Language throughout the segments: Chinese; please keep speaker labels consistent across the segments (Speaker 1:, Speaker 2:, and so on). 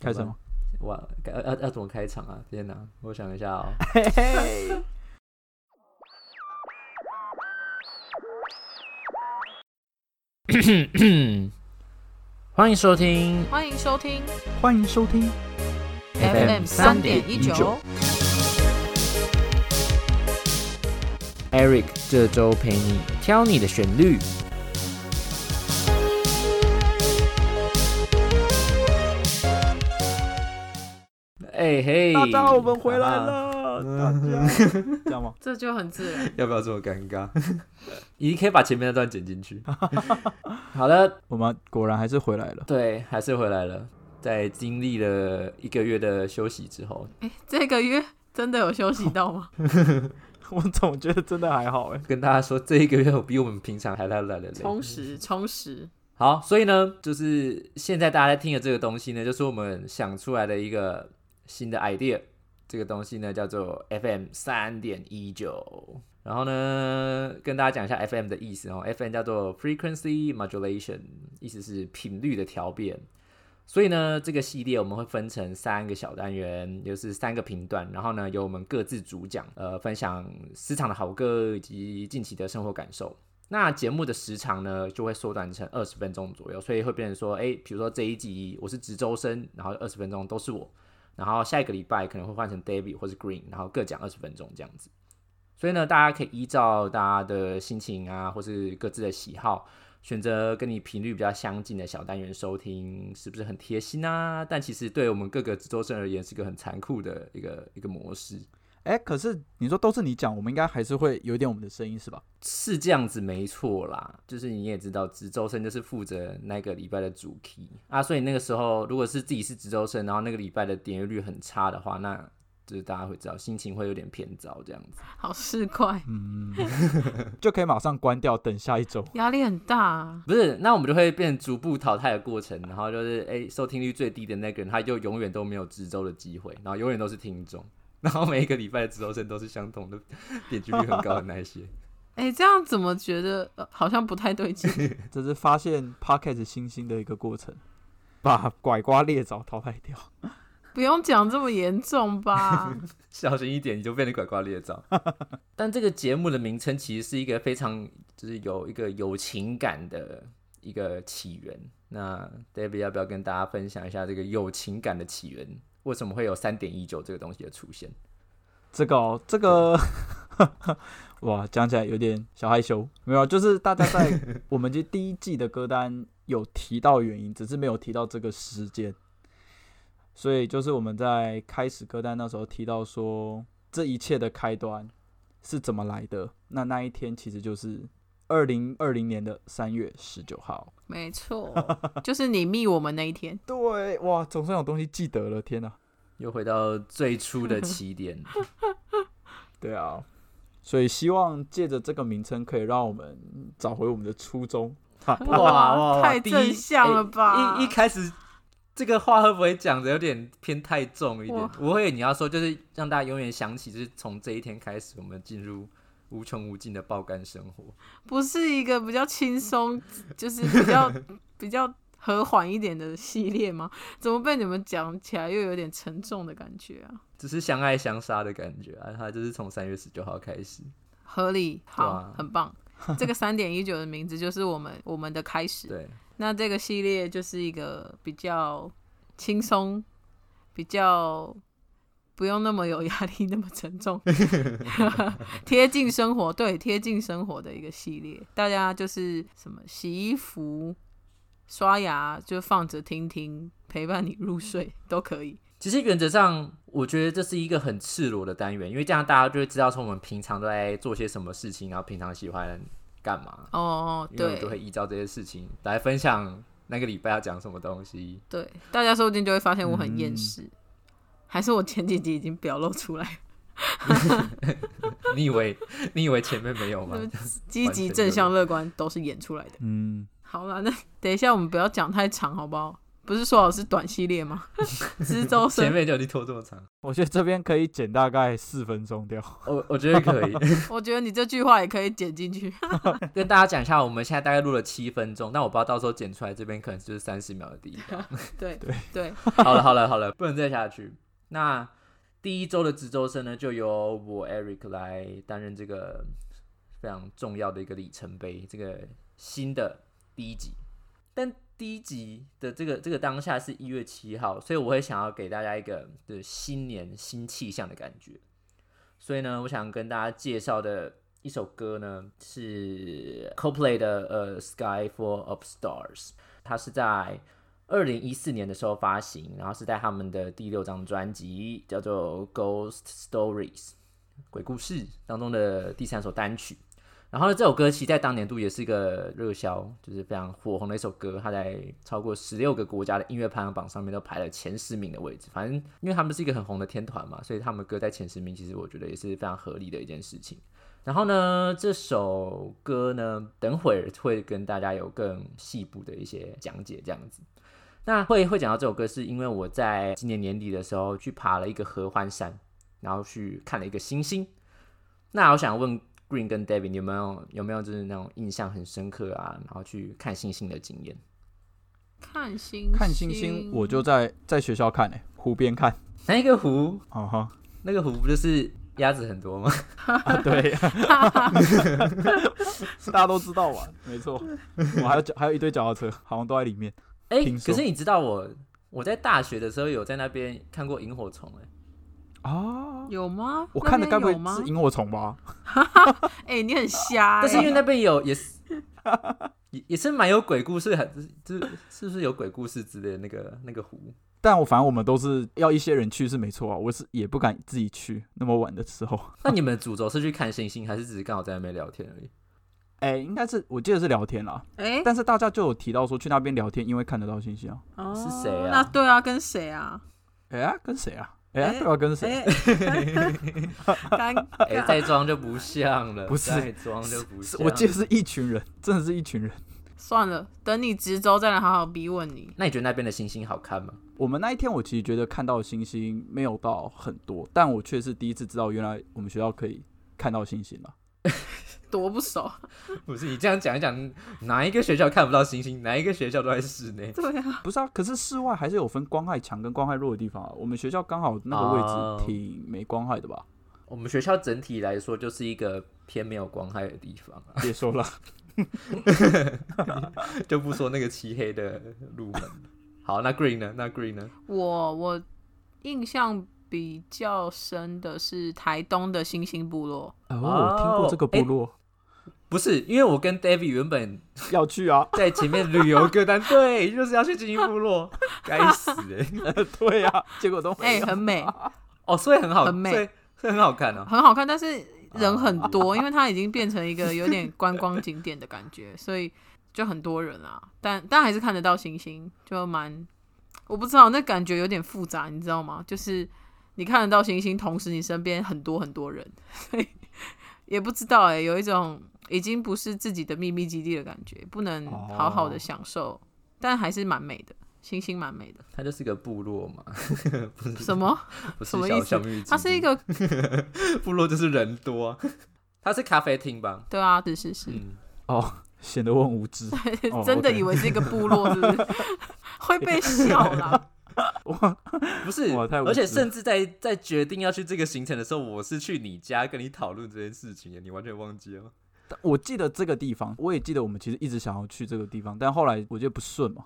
Speaker 1: 开始吗？
Speaker 2: 哇，该要要要怎么开场啊？天哪，我想一下哦。
Speaker 1: 嘿嘿，
Speaker 2: 欢迎收听
Speaker 3: 欢迎收听
Speaker 1: 欢迎收听。
Speaker 3: FM 三点一九，
Speaker 2: Eric 这周陪你挑你的旋律。哎嘿，
Speaker 1: 大家好，我们回来
Speaker 2: 啊。
Speaker 1: 了。大家， 这样吗？
Speaker 3: 这就很自然。
Speaker 2: 要不要这么尴 尬？你可以把前面那段剪进去。 好的，
Speaker 1: 我们果然还是回来了。
Speaker 2: 对，还是回来了。在经历了一个月的休息之后，
Speaker 3: 哎，这个月真的有休息到吗？
Speaker 1: 我总觉得真的还好哎。
Speaker 2: 跟大家说，这一个月我比我们平常还来来的累。
Speaker 3: 充实，充实。
Speaker 2: 好，所以呢，就是现在大家在听的这个东西呢，就是我们想出来的一个新的 idea。这个东西呢叫做 FM 三点一九。然后呢，跟大家讲一下 FM 的意思哦。FM 叫做 Frequency Modulation，意思是频率的调变。所以呢，这个系列我们会分成三个小单元，也就是三个频段，然后呢，由我们各自主讲，呃，分享市场的好歌以及近期的生活感受。那节目的时长呢，就会缩短成二十分钟左右，所以会变成说，哎、比如说这一集我是值周生，然后二十分钟都是我，然后下一个礼拜可能会换成 David 或是 Green，然后各讲二十分钟这样子。所以呢，大家可以依照大家的心情啊，或是各自的喜好，选择跟你频率比较相近的小单元收听，是不是很贴心啊？但其实对我们各个制作生而言，是个很残酷的一个一个模式。
Speaker 1: 哎，可是你说都是你讲，我们应该还是会有一点我们的声音是吧？
Speaker 2: 是这样子没错啦，就是你也知道，值周生就是负责那个礼拜的主题啊，所以那个时候如果是自己是值周生，然后那个礼拜的点阅率很差的话，那就是大家会知道心情会有点偏糟这样子。
Speaker 3: 好市侩，
Speaker 1: 嗯，就可以马上关掉，等下一周。
Speaker 3: 压力很大啊。
Speaker 2: 不是，那我们就会变逐步淘汰的过程，然后就是哎、收听率最低的那个人，他就永远都没有值周的机会，然后永远都是听众， 然后每一个礼拜的值周生都是相同的，点击率很高的那一些。
Speaker 3: 哎，这样怎么觉得、呃好像不太对 劲？
Speaker 1: 这是发现 Pocket 新星的一个过程，把拐瓜裂枣淘汰掉。
Speaker 3: 不用讲这么严重 吧？
Speaker 2: 小心一点，你就变得拐瓜裂 枣。但这个节目的名称其实是一个非常，就是有一个有情感的一个起源。那 David 要不要跟大家分享一下这个有情感的起源？为什么会有三点一九这个东西的出现？
Speaker 1: 这个哦，这个，哇，讲起来有点小害羞。没有，啊就是大家在 我们这第一季的歌单有提到原因，只是没有提到这个时间。所以就是我们在开始歌单那时候提到说，这一切的开端是怎么来的？那那一天其实就是二零二零年的三月十九号。
Speaker 3: 没错，就是你密我们那一天。
Speaker 1: 对，哇，总算有东西记得了，天哪！
Speaker 2: 又回到最初的起 点。
Speaker 1: 对啊，所以希望借着这个名称，可以让我们找回我们的初衷。
Speaker 2: 哇哇哇！
Speaker 3: 太
Speaker 2: 第一
Speaker 3: 正向了
Speaker 2: 哎
Speaker 3: 吧
Speaker 2: 一一开始这个话会不会讲的有点偏太重一点
Speaker 3: 哇？
Speaker 2: 我会以为你要说就是让大家永远想起，就是从这一天开始，我们进入无穷无尽的爆肝生活。
Speaker 3: 不是一个比较轻松， 就是比较比较和缓一点的系列吗？怎么被你们讲起来又有点沉重的感觉啊？
Speaker 2: 只是相爱相杀的感觉啊！它就是从三月十九号开始，
Speaker 3: 合理，好，
Speaker 2: 对啊
Speaker 3: 很棒。这个三点一九的名字就是我们我们的开始。
Speaker 2: 对，
Speaker 3: 那这个系列就是一个比较轻松、比较不用那么有压力、那么 沉重、 贴近生活，对，贴近生活的一个系列。大家就是什么洗衣服、刷牙，就放着听听，陪伴你入睡都可以。
Speaker 2: 其实原则上，我觉得这是一个很赤裸的单元，因为这样大家就会知道从我们平常都在做些什么事情，然后平常喜欢干嘛，
Speaker 3: 哦，
Speaker 2: 因为我
Speaker 3: 对
Speaker 2: 们都会依照这些事情来分享那个礼拜要讲什么东西。
Speaker 3: 对，大家说不定就会发现我很厌世，
Speaker 2: 嗯
Speaker 3: 还是我前几集已经表露出 来了。
Speaker 2: 你以为 你以为前面没有吗
Speaker 3: 那？么积极、正向、乐观都是演出来的。
Speaker 1: 嗯，
Speaker 3: 好了，那等一下我们不要讲太长，好不好？不是说好是短系列吗？ 知州
Speaker 2: 前
Speaker 3: 生，
Speaker 2: 面就已经拖这么长，
Speaker 1: 我觉得这边可以剪大概四分钟掉。
Speaker 2: 我我觉得可以
Speaker 3: 我觉得你这句话也可以剪进去。
Speaker 2: 跟大家讲一下，我们现在大概录了七分钟，但我不知道到时候剪出来这边可能就是三十秒的地方。
Speaker 3: 对
Speaker 1: 对
Speaker 3: 对，
Speaker 2: 好了好了好了，不能再下去。那第一周的值周生呢，就由我 Eric 来担任这个非常重要的一个里程碑，这个新的第一集。但第一集的这个这个当下是一月七号，所以我会想要给大家一个就是新年新气象的感觉。所以呢，我想跟大家介绍的一首歌呢是 Coldplay 的呃《Sky Full of Stars》，它是在二零一四年的时候发行，然后是在他们的第六张专辑叫做《Ghost Stories》鬼故事当中的第三首单曲。然后呢，这首歌其实在当年度也是一个热销，就是非常火红的一首歌。它在超过十六个国家的音乐排行榜上面都排了前十名的位置。反正因为他们是一个很红的天团嘛，所以他们歌在前十名，其实我觉得也是非常合理的一件事情。然后呢，这首歌呢，等会儿会跟大家有更细部的一些讲解，这样子。那会会讲到这首歌，是因为我在今年年底的时候去爬了一个合欢山，然后去看了一个星星。那我想问 Green 跟 David，你有没有有没有就是那种印象很深刻啊，然后去看星星的经验？
Speaker 3: 看星
Speaker 1: 看星星，我就在在学校看诶、欸湖边看。
Speaker 2: 那个湖，
Speaker 1: 哦 哈，
Speaker 2: 那个湖不就是鸭子很多吗？
Speaker 1: 啊 对，大家都知道吧？没错，我还有脚还有一堆脚踏车，好像都在里面。
Speaker 2: 哎、
Speaker 1: 听
Speaker 2: 可
Speaker 1: 说
Speaker 2: 是你知道我我在大学的时候有在那边看过萤火虫哎、
Speaker 1: 啊，
Speaker 3: 有吗？
Speaker 1: 我看的
Speaker 3: 那
Speaker 1: 该
Speaker 3: 边
Speaker 1: 不会
Speaker 3: 有吗
Speaker 1: 是？萤火虫吧？
Speaker 3: 哎、你很瞎、欸，
Speaker 2: 但是因为那边有也是也也是蛮有鬼故事，很就是是不是有鬼故事之类的那个那个湖？
Speaker 1: 但我反正我们都是要一些人去是没错啊，我是也不敢自己去那么晚的时候。
Speaker 2: 那你们的主轴是去看星星，还是只是刚好在那边聊天 而已？
Speaker 1: 哎、应该是我记得是聊天啦，
Speaker 3: 哎、
Speaker 1: 但是大家就有提到说去那边聊天，因为看得到星星啊。
Speaker 3: 哦
Speaker 2: 是谁啊
Speaker 3: 那对啊，跟谁啊？
Speaker 1: 哎、呀，跟谁啊？哎、呀，
Speaker 3: 哎
Speaker 1: 对啊，跟谁？
Speaker 3: 哎、 尴尬。
Speaker 2: 哎、再装就不像了，
Speaker 1: 不是
Speaker 2: 再装就不
Speaker 1: 是
Speaker 2: 像
Speaker 1: 我记得是一群人， 真的是一群人。
Speaker 3: 算了，等你直周再来好好逼问你。
Speaker 2: 那你觉得那边的星星好看吗？
Speaker 1: 我们那一天，我其实觉得看到的星星没有到很多，但我却是第一次知道，原来我们学校可以看到星啊星 了。
Speaker 3: 多不熟，
Speaker 2: 不是你这样讲一讲，哪一个学校看不到星星？哪一个学校都在室内？
Speaker 3: 对啊，
Speaker 1: 不是啊，可是室外还是有分光害强跟光害弱的地方啊。我们学校刚好那个
Speaker 2: 哦
Speaker 1: 位置挺没光害的吧？
Speaker 2: 我们学校整体来说就是一个偏没有光害的地方啊，
Speaker 1: 别说了，
Speaker 2: 就不说那个漆黑的路门。好，那 Green 呢？那 Green 呢？
Speaker 3: 我我印象比较深的是台东的星星部落，
Speaker 1: 哦，我听过这个部落，
Speaker 2: 不是，因为我跟 David 原本
Speaker 1: 要去啊。
Speaker 2: 在前面旅游歌单， 对，就是要去精英部落， 该死哎、
Speaker 1: 对啊，结果都
Speaker 3: 哎、
Speaker 1: 没有。
Speaker 3: 很美，
Speaker 2: 哦，所以很好，
Speaker 3: 很美
Speaker 2: 所以所以很好看哦。
Speaker 3: 很好看，但是人很多，因为它已经变成一个有点观光景点的感觉，所以就很多人啊，但但还是看得到星星，就蛮，我不知道那感觉有点复杂，你知道吗？就是你看得到星星，同时你身边很多很多人， 所以也不知道哎、有一种已经不是自己的秘密基地的感觉，不能好好的享受，但还是蛮美的。星星蛮美的，
Speaker 2: 它就是个部落嘛，不是
Speaker 3: 什么？
Speaker 2: 不是
Speaker 3: 什么
Speaker 2: 小
Speaker 3: 意思
Speaker 2: 小秘密基地
Speaker 3: 它是一个
Speaker 2: 部落，就是人多啊、 它是咖啡厅吧？
Speaker 3: 对啊，是是是，
Speaker 2: 嗯，
Speaker 1: 显得我很无知， 哦
Speaker 3: 真的
Speaker 1: OK
Speaker 3: 以为是一个部落，是不是？ 会被 笑啦。
Speaker 1: 哇，
Speaker 2: 不是
Speaker 1: 哇太，无知
Speaker 2: 而且甚至在在决定要去这个行程的时候，我是去你家跟你讨论这件事情耶，你完全忘记了吗。
Speaker 1: 但我记得这个地方，我也记得我们其实一直想要去这个地方，但后来我觉得不顺嘛。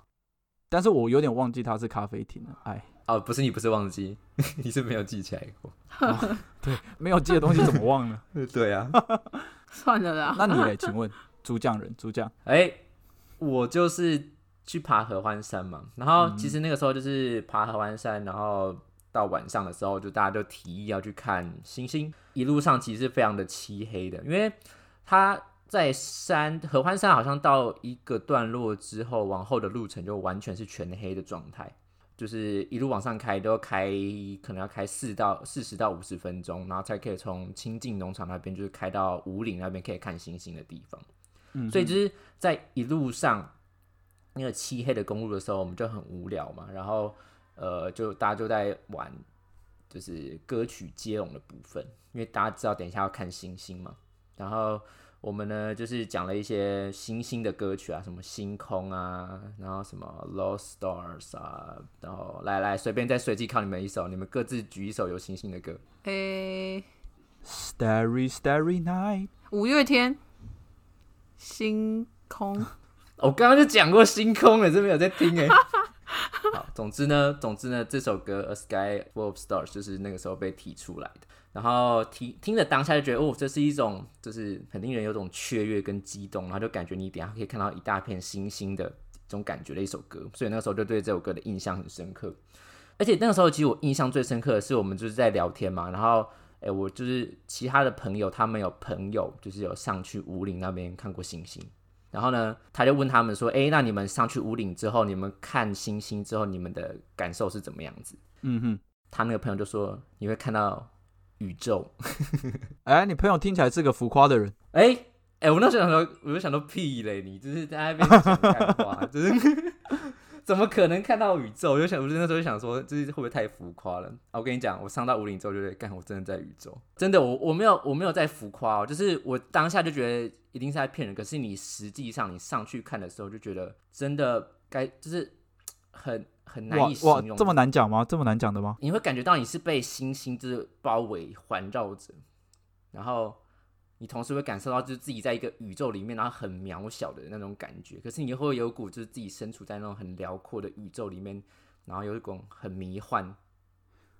Speaker 1: 但是我有点忘记它是咖啡厅了，哎，
Speaker 2: 哦，不是你不是忘记， 你是没有记起来过。
Speaker 1: 没有记的东西怎么 忘呢？
Speaker 2: 对啊，
Speaker 3: 算了啦，
Speaker 1: 那你嘞？请问主讲人，主讲
Speaker 2: 哎、我就是去爬合欢山嘛，然后其实那个时候就是爬合欢山，然后到晚上的时候，就大家就提议要去看星星。一路上其实是非常的漆黑的，因为它在山合欢山好像到一个段落之后，往后的路程就完全是全黑的状态。就是一路往上开，都要开可能要开四到四十到五十分钟，然后才可以从清境农场那边，就是开到
Speaker 1: 嗯
Speaker 2: 嗯五岭那边可以看星星的地方。所以就是在一路上，那个漆黑的公路的时候，我们就很无聊嘛，然后呃，就大家就在玩就是歌曲接龙的部分，因为大家知道等一下要看星星嘛，然后我们呢就是讲了一些星星的歌曲啊，什么星空啊，然后什么 Lost Stars 啊，然后来来随便再随机考你们一首，你们各自举一首有星星的歌。
Speaker 3: 诶、
Speaker 1: Starry Starry Night，
Speaker 3: 五月天，星空，
Speaker 2: 哦我刚刚就讲过星空了，这没有在听哎。好，总之呢，总之呢，这首歌《A Sky Full of Stars》就是那个时候被提出来的。然后听听了当下就觉得，哦，这是一种，就是很令人有种雀跃跟激动，然后就感觉你等一下可以看到一大片星星的这种感觉的一首歌。所以那个时候就对这首歌的印象很深刻。而且那个时候，其实我印象最深刻的是，我们就是在聊天嘛，然后，哎、我就是其他的朋友，他们有朋友就是有上去五岭那边看过星星，然后呢，他就问他们说：“诶，那你们上去五岭之后，你们看星星之后，你们的感受是怎么样子
Speaker 1: 嗯哼，？”
Speaker 2: 他那个朋友就说：“你会看到宇宙。
Speaker 1: 哎，你朋友听起来是个浮夸的人，”
Speaker 2: 诶，诶，哎我那时候想说，我就想说屁嘞，你就是在那边讲干话， 就是怎么可能看到宇宙？我就想，我就那时候就想说，这是会不会太浮夸了？啊我跟你讲，我上到五岭之后就觉得，干，我真的在宇宙，真的，我我没有我没有在浮夸、哦，就是我当下就觉得一定是在骗人，可是你实际上你上去看的时候就觉得，真的该就是很很难
Speaker 1: 哇
Speaker 2: 以形
Speaker 1: 哇
Speaker 2: 容，，
Speaker 1: 这么难讲吗？这么难讲的吗？
Speaker 2: 你会感觉到你是被星星就是包围环绕着，然后你同时会感受到就是自己在一个宇宙里面，然后很渺小的那种感觉。可是你会有股就是自己身处在那种很辽阔的宇宙里面，然后有一种很迷幻，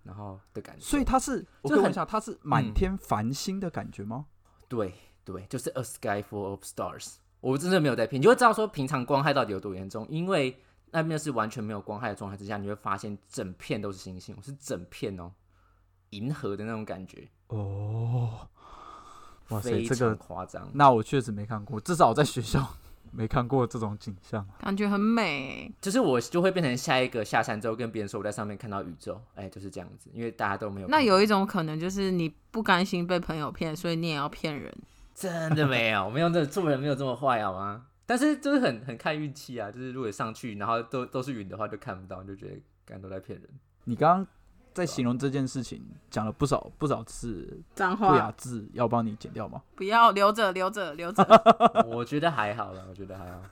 Speaker 2: 然后的感觉。
Speaker 1: 所以他是，我
Speaker 2: 这
Speaker 1: 跟我
Speaker 2: 很
Speaker 1: 一下，他是满
Speaker 2: 嗯
Speaker 1: 天繁星的感觉吗？
Speaker 2: 对对，就是 A Sky Full of Stars。我真的没有在骗，你就会知道说平常光害到底有多严重，因为那边是完全没有光害的状态之下，你会发现整片都是星星，是整片哦，银河的那种感觉。
Speaker 1: 哦，哇塞
Speaker 2: 非
Speaker 1: 这个
Speaker 2: 常夸张。
Speaker 1: 那我确实没看过，至少我在学校没看过这种景象。
Speaker 3: 感觉很美。
Speaker 2: 就是我就会变成下一个下山之后跟别人说我在上面看到宇宙，哎、就是这样子，因为大家都没有看到。
Speaker 3: 那有一种可能就是你不甘心被朋友骗，所以你也要骗人。
Speaker 2: 真的没有，没有这做人没有这么坏好吗？但是就是很很看运气啊，就是如果上去然后都都是云的话，就看不到，就觉得感都在骗 人。
Speaker 1: 你刚刚在形容这件事情，讲了不少不少次
Speaker 3: 脏
Speaker 1: 不雅字，要帮你剪掉吗？
Speaker 3: 不要留着，留着，留 着。
Speaker 2: 我觉得还好啦，我觉得还好。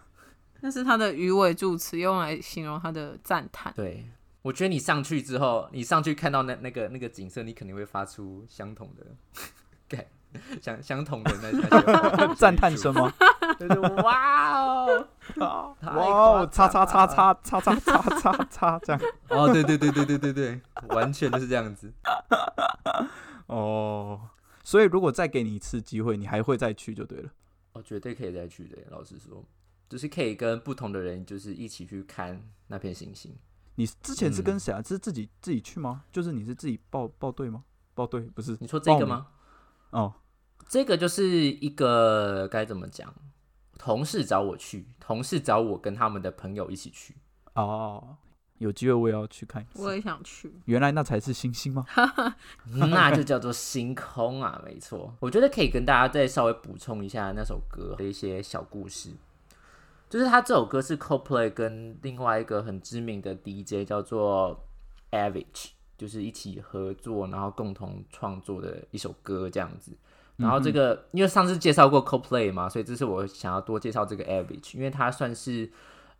Speaker 3: 那是他的鱼尾助词，用来形容他的赞叹。
Speaker 2: 对，我觉得你上去之后，你上去看到那那个那个景色，你肯定会发出相同的 感，相相同的那那 些
Speaker 1: 赞叹声吗？
Speaker 2: 就是哇哦！太夸张
Speaker 1: 哇哦，叉叉叉
Speaker 2: 了
Speaker 1: 叉叉叉叉叉叉这样。
Speaker 2: 哦，对对对对对对对，完全就是这样子。
Speaker 1: 哦，所以如果再给你一次机会，你还会再去就对了。
Speaker 2: 我哦绝对可以再去的，老实说，就是可以跟不同的人，就是一起去看那片星星。
Speaker 1: 你之前是跟
Speaker 2: 嗯
Speaker 1: 谁啊？是自己自己去吗？就是你是自己报报队吗？报队不是
Speaker 2: 你说这个吗？
Speaker 1: 哦，
Speaker 2: 这个就是一个该怎么讲？同事找我去，同事找我跟他们的朋友一起去。
Speaker 1: 哦，有机会我也要去看一
Speaker 3: 我
Speaker 1: 次。
Speaker 3: 也想去，
Speaker 1: 原来那才是星星吗？
Speaker 2: 那就叫做星空啊，没错。我觉得可以跟大家再稍微补充一下那首歌的一些小故事，就是它这首歌是 Coldplay 跟另外一个很知名的 DJ 叫做 Avage，就是一起合作，然后共同创作的一首歌这样子。然后这个、因为上次介绍过 Coldplay 嘛，所以这次我想要多介绍这个 Avage，因为它算是。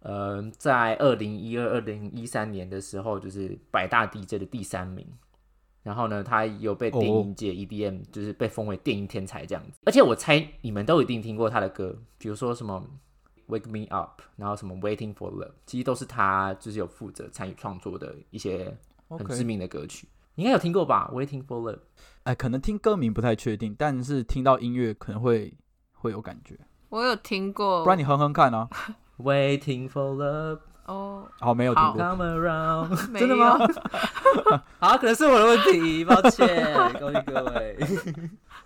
Speaker 2: 呃，在二零一二、二零一三年的时候，就是百大 DJ 的第三名，然后呢，他有被电影界 EDM、就是被封为电音天才这样子。而且我猜你们都一定听过他的歌，比如说什么《Wake Me Up》，然后什么《Waiting for Love》，其实都是他就是有负责参与创作的一些很知
Speaker 1: OK，
Speaker 2: 名的歌曲。你应该有听过吧，《Waiting for Love》。
Speaker 1: 哎，可能听歌名不太确定，但是听到音乐可能会会有感觉。
Speaker 3: 我有听过。
Speaker 1: 不然你哼哼看啊。
Speaker 2: Waiting for love
Speaker 3: 哦，
Speaker 1: 好，没有听
Speaker 3: 好
Speaker 1: 过。
Speaker 2: come around，
Speaker 3: 没有
Speaker 2: 真的吗？好，可能是我的问题，抱歉，恭喜各位。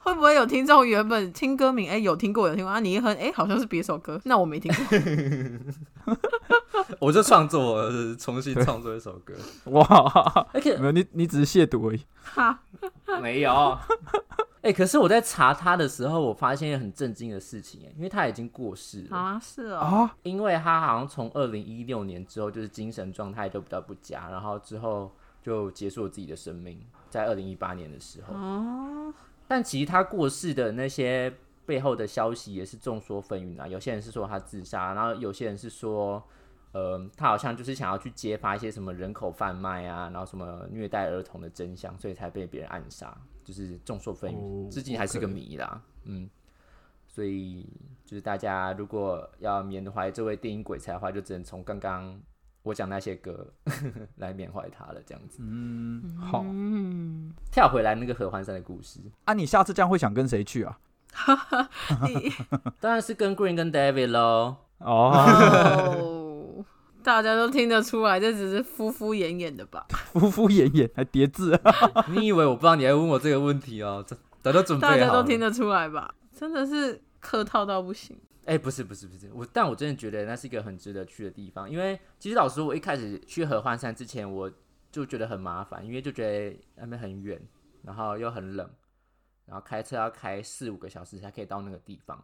Speaker 3: 会不会有听众原本听歌名，哎、有听过，有听过啊？你一哼，哎、好像是别首歌，那我没听过。
Speaker 2: 我就创作，呃重新创作一首 歌，
Speaker 1: 哇，
Speaker 2: 而且
Speaker 1: 没有，你你只是亵渎而已。
Speaker 3: 哈，
Speaker 2: 没有，哎、可是我在查他的时候，我发现很震惊的事情，哎，因为他已经过世了，
Speaker 3: 啊，是哦，
Speaker 1: 啊，
Speaker 2: 因为他好像从二零一六年之后，就是精神状态就比较不佳，然后之后就结束了自己的生命，在二零一八年的时候。
Speaker 3: 哦，
Speaker 2: 但其实他过世的那些背后的消息也是众说纷纭啊，有些人是说他自杀，然后有些人是说，呃，他好像就是想要去揭发一些什么人口贩卖啊，然后什么虐待儿童的真相，所以才被别人暗杀，就是众说纷纭，
Speaker 1: 哦
Speaker 2: 至今还是个
Speaker 1: OK
Speaker 2: 谜啦。嗯，所以就是大家如果要缅怀这位电影鬼才的话，就只能从刚刚我讲那些歌 来缅怀他了，这样子。
Speaker 1: 嗯，好
Speaker 3: 嗯，
Speaker 2: 跳回来那个合欢山的故事，
Speaker 1: 啊，你下次这样会想跟谁去啊？
Speaker 3: 你
Speaker 2: 当然是跟 Green 跟 David 喽。
Speaker 1: 哦，
Speaker 3: 哦，大家都听得出来，这只是敷敷衍衍的吧？
Speaker 1: 敷敷衍衍还叠字，啊
Speaker 2: 你以为我不知道你还问我这个问题哦？早早就准备好
Speaker 3: 大
Speaker 2: 了。
Speaker 3: 家都听得出来吧？真的是客套到不行。
Speaker 2: 哎、不是不是不是，我但我真的觉得那是一个很值得去的地方，因为其实老实说，我一开始去合欢山之前，我就觉得很麻烦，因为就觉得那边很远，然后又很冷，然后开车要开四五个小时才可以到那个地方。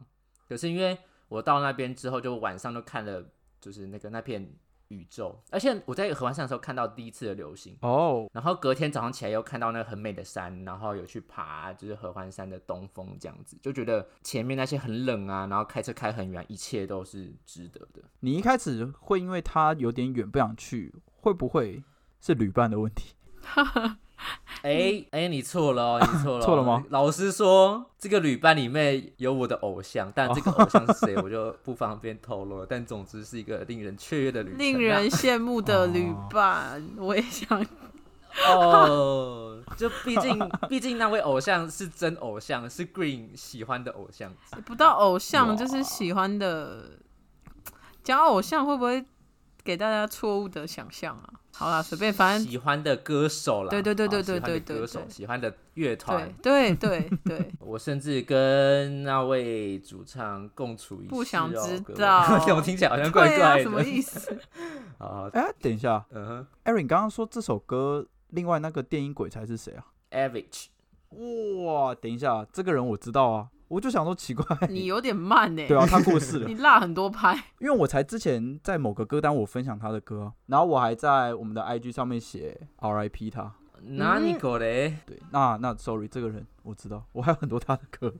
Speaker 2: 可是因为我到那边之后，就晚上就看了，就是那个那片宇宙，而且我在合欢山的时候看到第一次的流星，
Speaker 1: 哦，
Speaker 2: 然后隔天早上起来又看到那个很美的山，然后有去爬就是合欢山的东峰这样子，就觉得前面那些很冷啊，然后开车开很远，一切都是值得的。
Speaker 1: 你一开始会因为他有点远不想去，会不会是旅伴的问 题？
Speaker 2: 哎哎，你错了哦，你错了哦，
Speaker 1: 错了吗？
Speaker 2: 老师说这个旅伴里面有我的偶像，但这个偶像是谁，我就不方便透露了。但总之是一个令人雀跃的旅程啊，
Speaker 3: 令人羡慕的旅伴，我也想
Speaker 2: 哦，就毕竟毕竟那位偶像是真偶像，是 Green 喜欢的偶像。
Speaker 3: 不到偶
Speaker 1: 哇
Speaker 3: 像，就是喜欢的。讲偶像会不会给大家错误的想象啊？好啦，随便，反正
Speaker 2: 喜欢的歌手啦，
Speaker 3: 对对对对
Speaker 2: 啊
Speaker 3: 对
Speaker 2: 喜欢的
Speaker 3: 对对
Speaker 2: 歌手
Speaker 3: 对
Speaker 2: 喜欢的乐团
Speaker 3: 对，对对 对，
Speaker 2: 我甚至跟那位主唱共处一室哦，
Speaker 3: 不想知
Speaker 2: 各位
Speaker 3: 道
Speaker 2: 我听起来好像怪
Speaker 3: 对啊，
Speaker 2: 怪
Speaker 3: 什么
Speaker 2: 的。
Speaker 3: 意思？
Speaker 2: 啊，
Speaker 1: 哎，等一下
Speaker 2: 嗯哼
Speaker 1: ，Aaron 你刚刚说这首歌，另外那个电音鬼才是谁啊？
Speaker 2: ，Average，
Speaker 1: 哇，等一下，这个人我知道啊，我就想说奇怪，
Speaker 3: 你有点慢呢、
Speaker 1: 对啊，他过世了
Speaker 3: 你，落很多拍，
Speaker 1: 因为我才之前在某个歌单我分享他的歌，啊然后我还在我们的 IG 上面写 RIP 他。
Speaker 3: 嗯
Speaker 2: 哪里狗嘞？
Speaker 1: 对，那那 sorry 这个人我知道，我还有很多他的歌。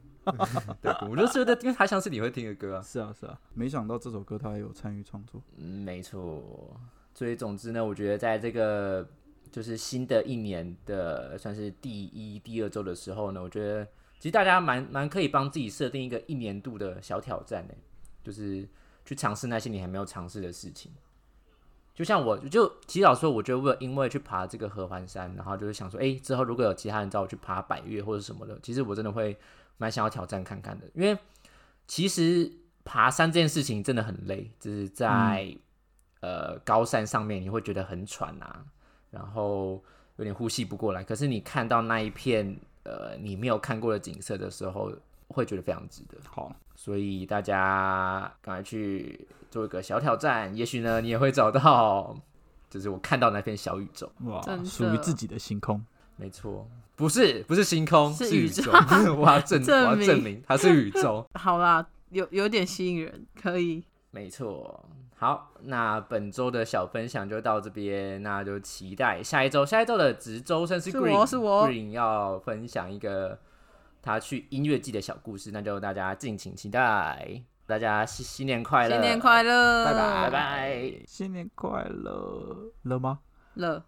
Speaker 2: 对，我就觉得，因为他像是你会听的歌啊。
Speaker 1: 是啊是啊，没想到这首歌他也有参与创作。
Speaker 2: 嗯，没错。所以总之呢，我觉得在这个就是新的一年的算是第一、第二周的时候呢，我觉得其实大家蛮蛮可以帮自己设定一个一年度的小挑战的，欸就是去尝试那些你还没有尝试的事情。就像我就其实老实说，我觉得我有因为去爬这个合欢山，然后就是想说，哎、之后如果有其他人找我去爬百越或者什么的，其实我真的会蛮想要挑战看看的，因为其实爬山这件事情真的很累，就是在、呃高山上面你会觉得很喘啊，然后有点呼吸不过来。可是你看到那一片呃你没有看过的景色的时候，会觉得非常值得。
Speaker 1: 好，
Speaker 2: 所以大家赶快去做一个小挑战，也许呢你也会找到，就是我看到那片小宇宙。
Speaker 1: 哇
Speaker 3: 真，的
Speaker 1: 属于自己的星空。
Speaker 2: 没错，不是不是星空，
Speaker 3: 是
Speaker 2: 是
Speaker 3: 宇
Speaker 2: 宇
Speaker 3: 宙
Speaker 2: 宙。我要证我要
Speaker 3: 证明
Speaker 2: 证明它是宇宙。
Speaker 3: 好啦，有有点吸引人，可以。
Speaker 2: 没错，好，那本周的小分享就到这边，那就期待下一周。下一周的值周生是
Speaker 3: 是
Speaker 2: Green，
Speaker 3: 我是我
Speaker 2: Green 要分享一个他去音乐季的小故事，那就大家敬请期待。大家新新年快乐，
Speaker 3: 新年快乐，
Speaker 2: 拜拜，拜拜。
Speaker 1: 新年快乐了吗？
Speaker 3: 乐。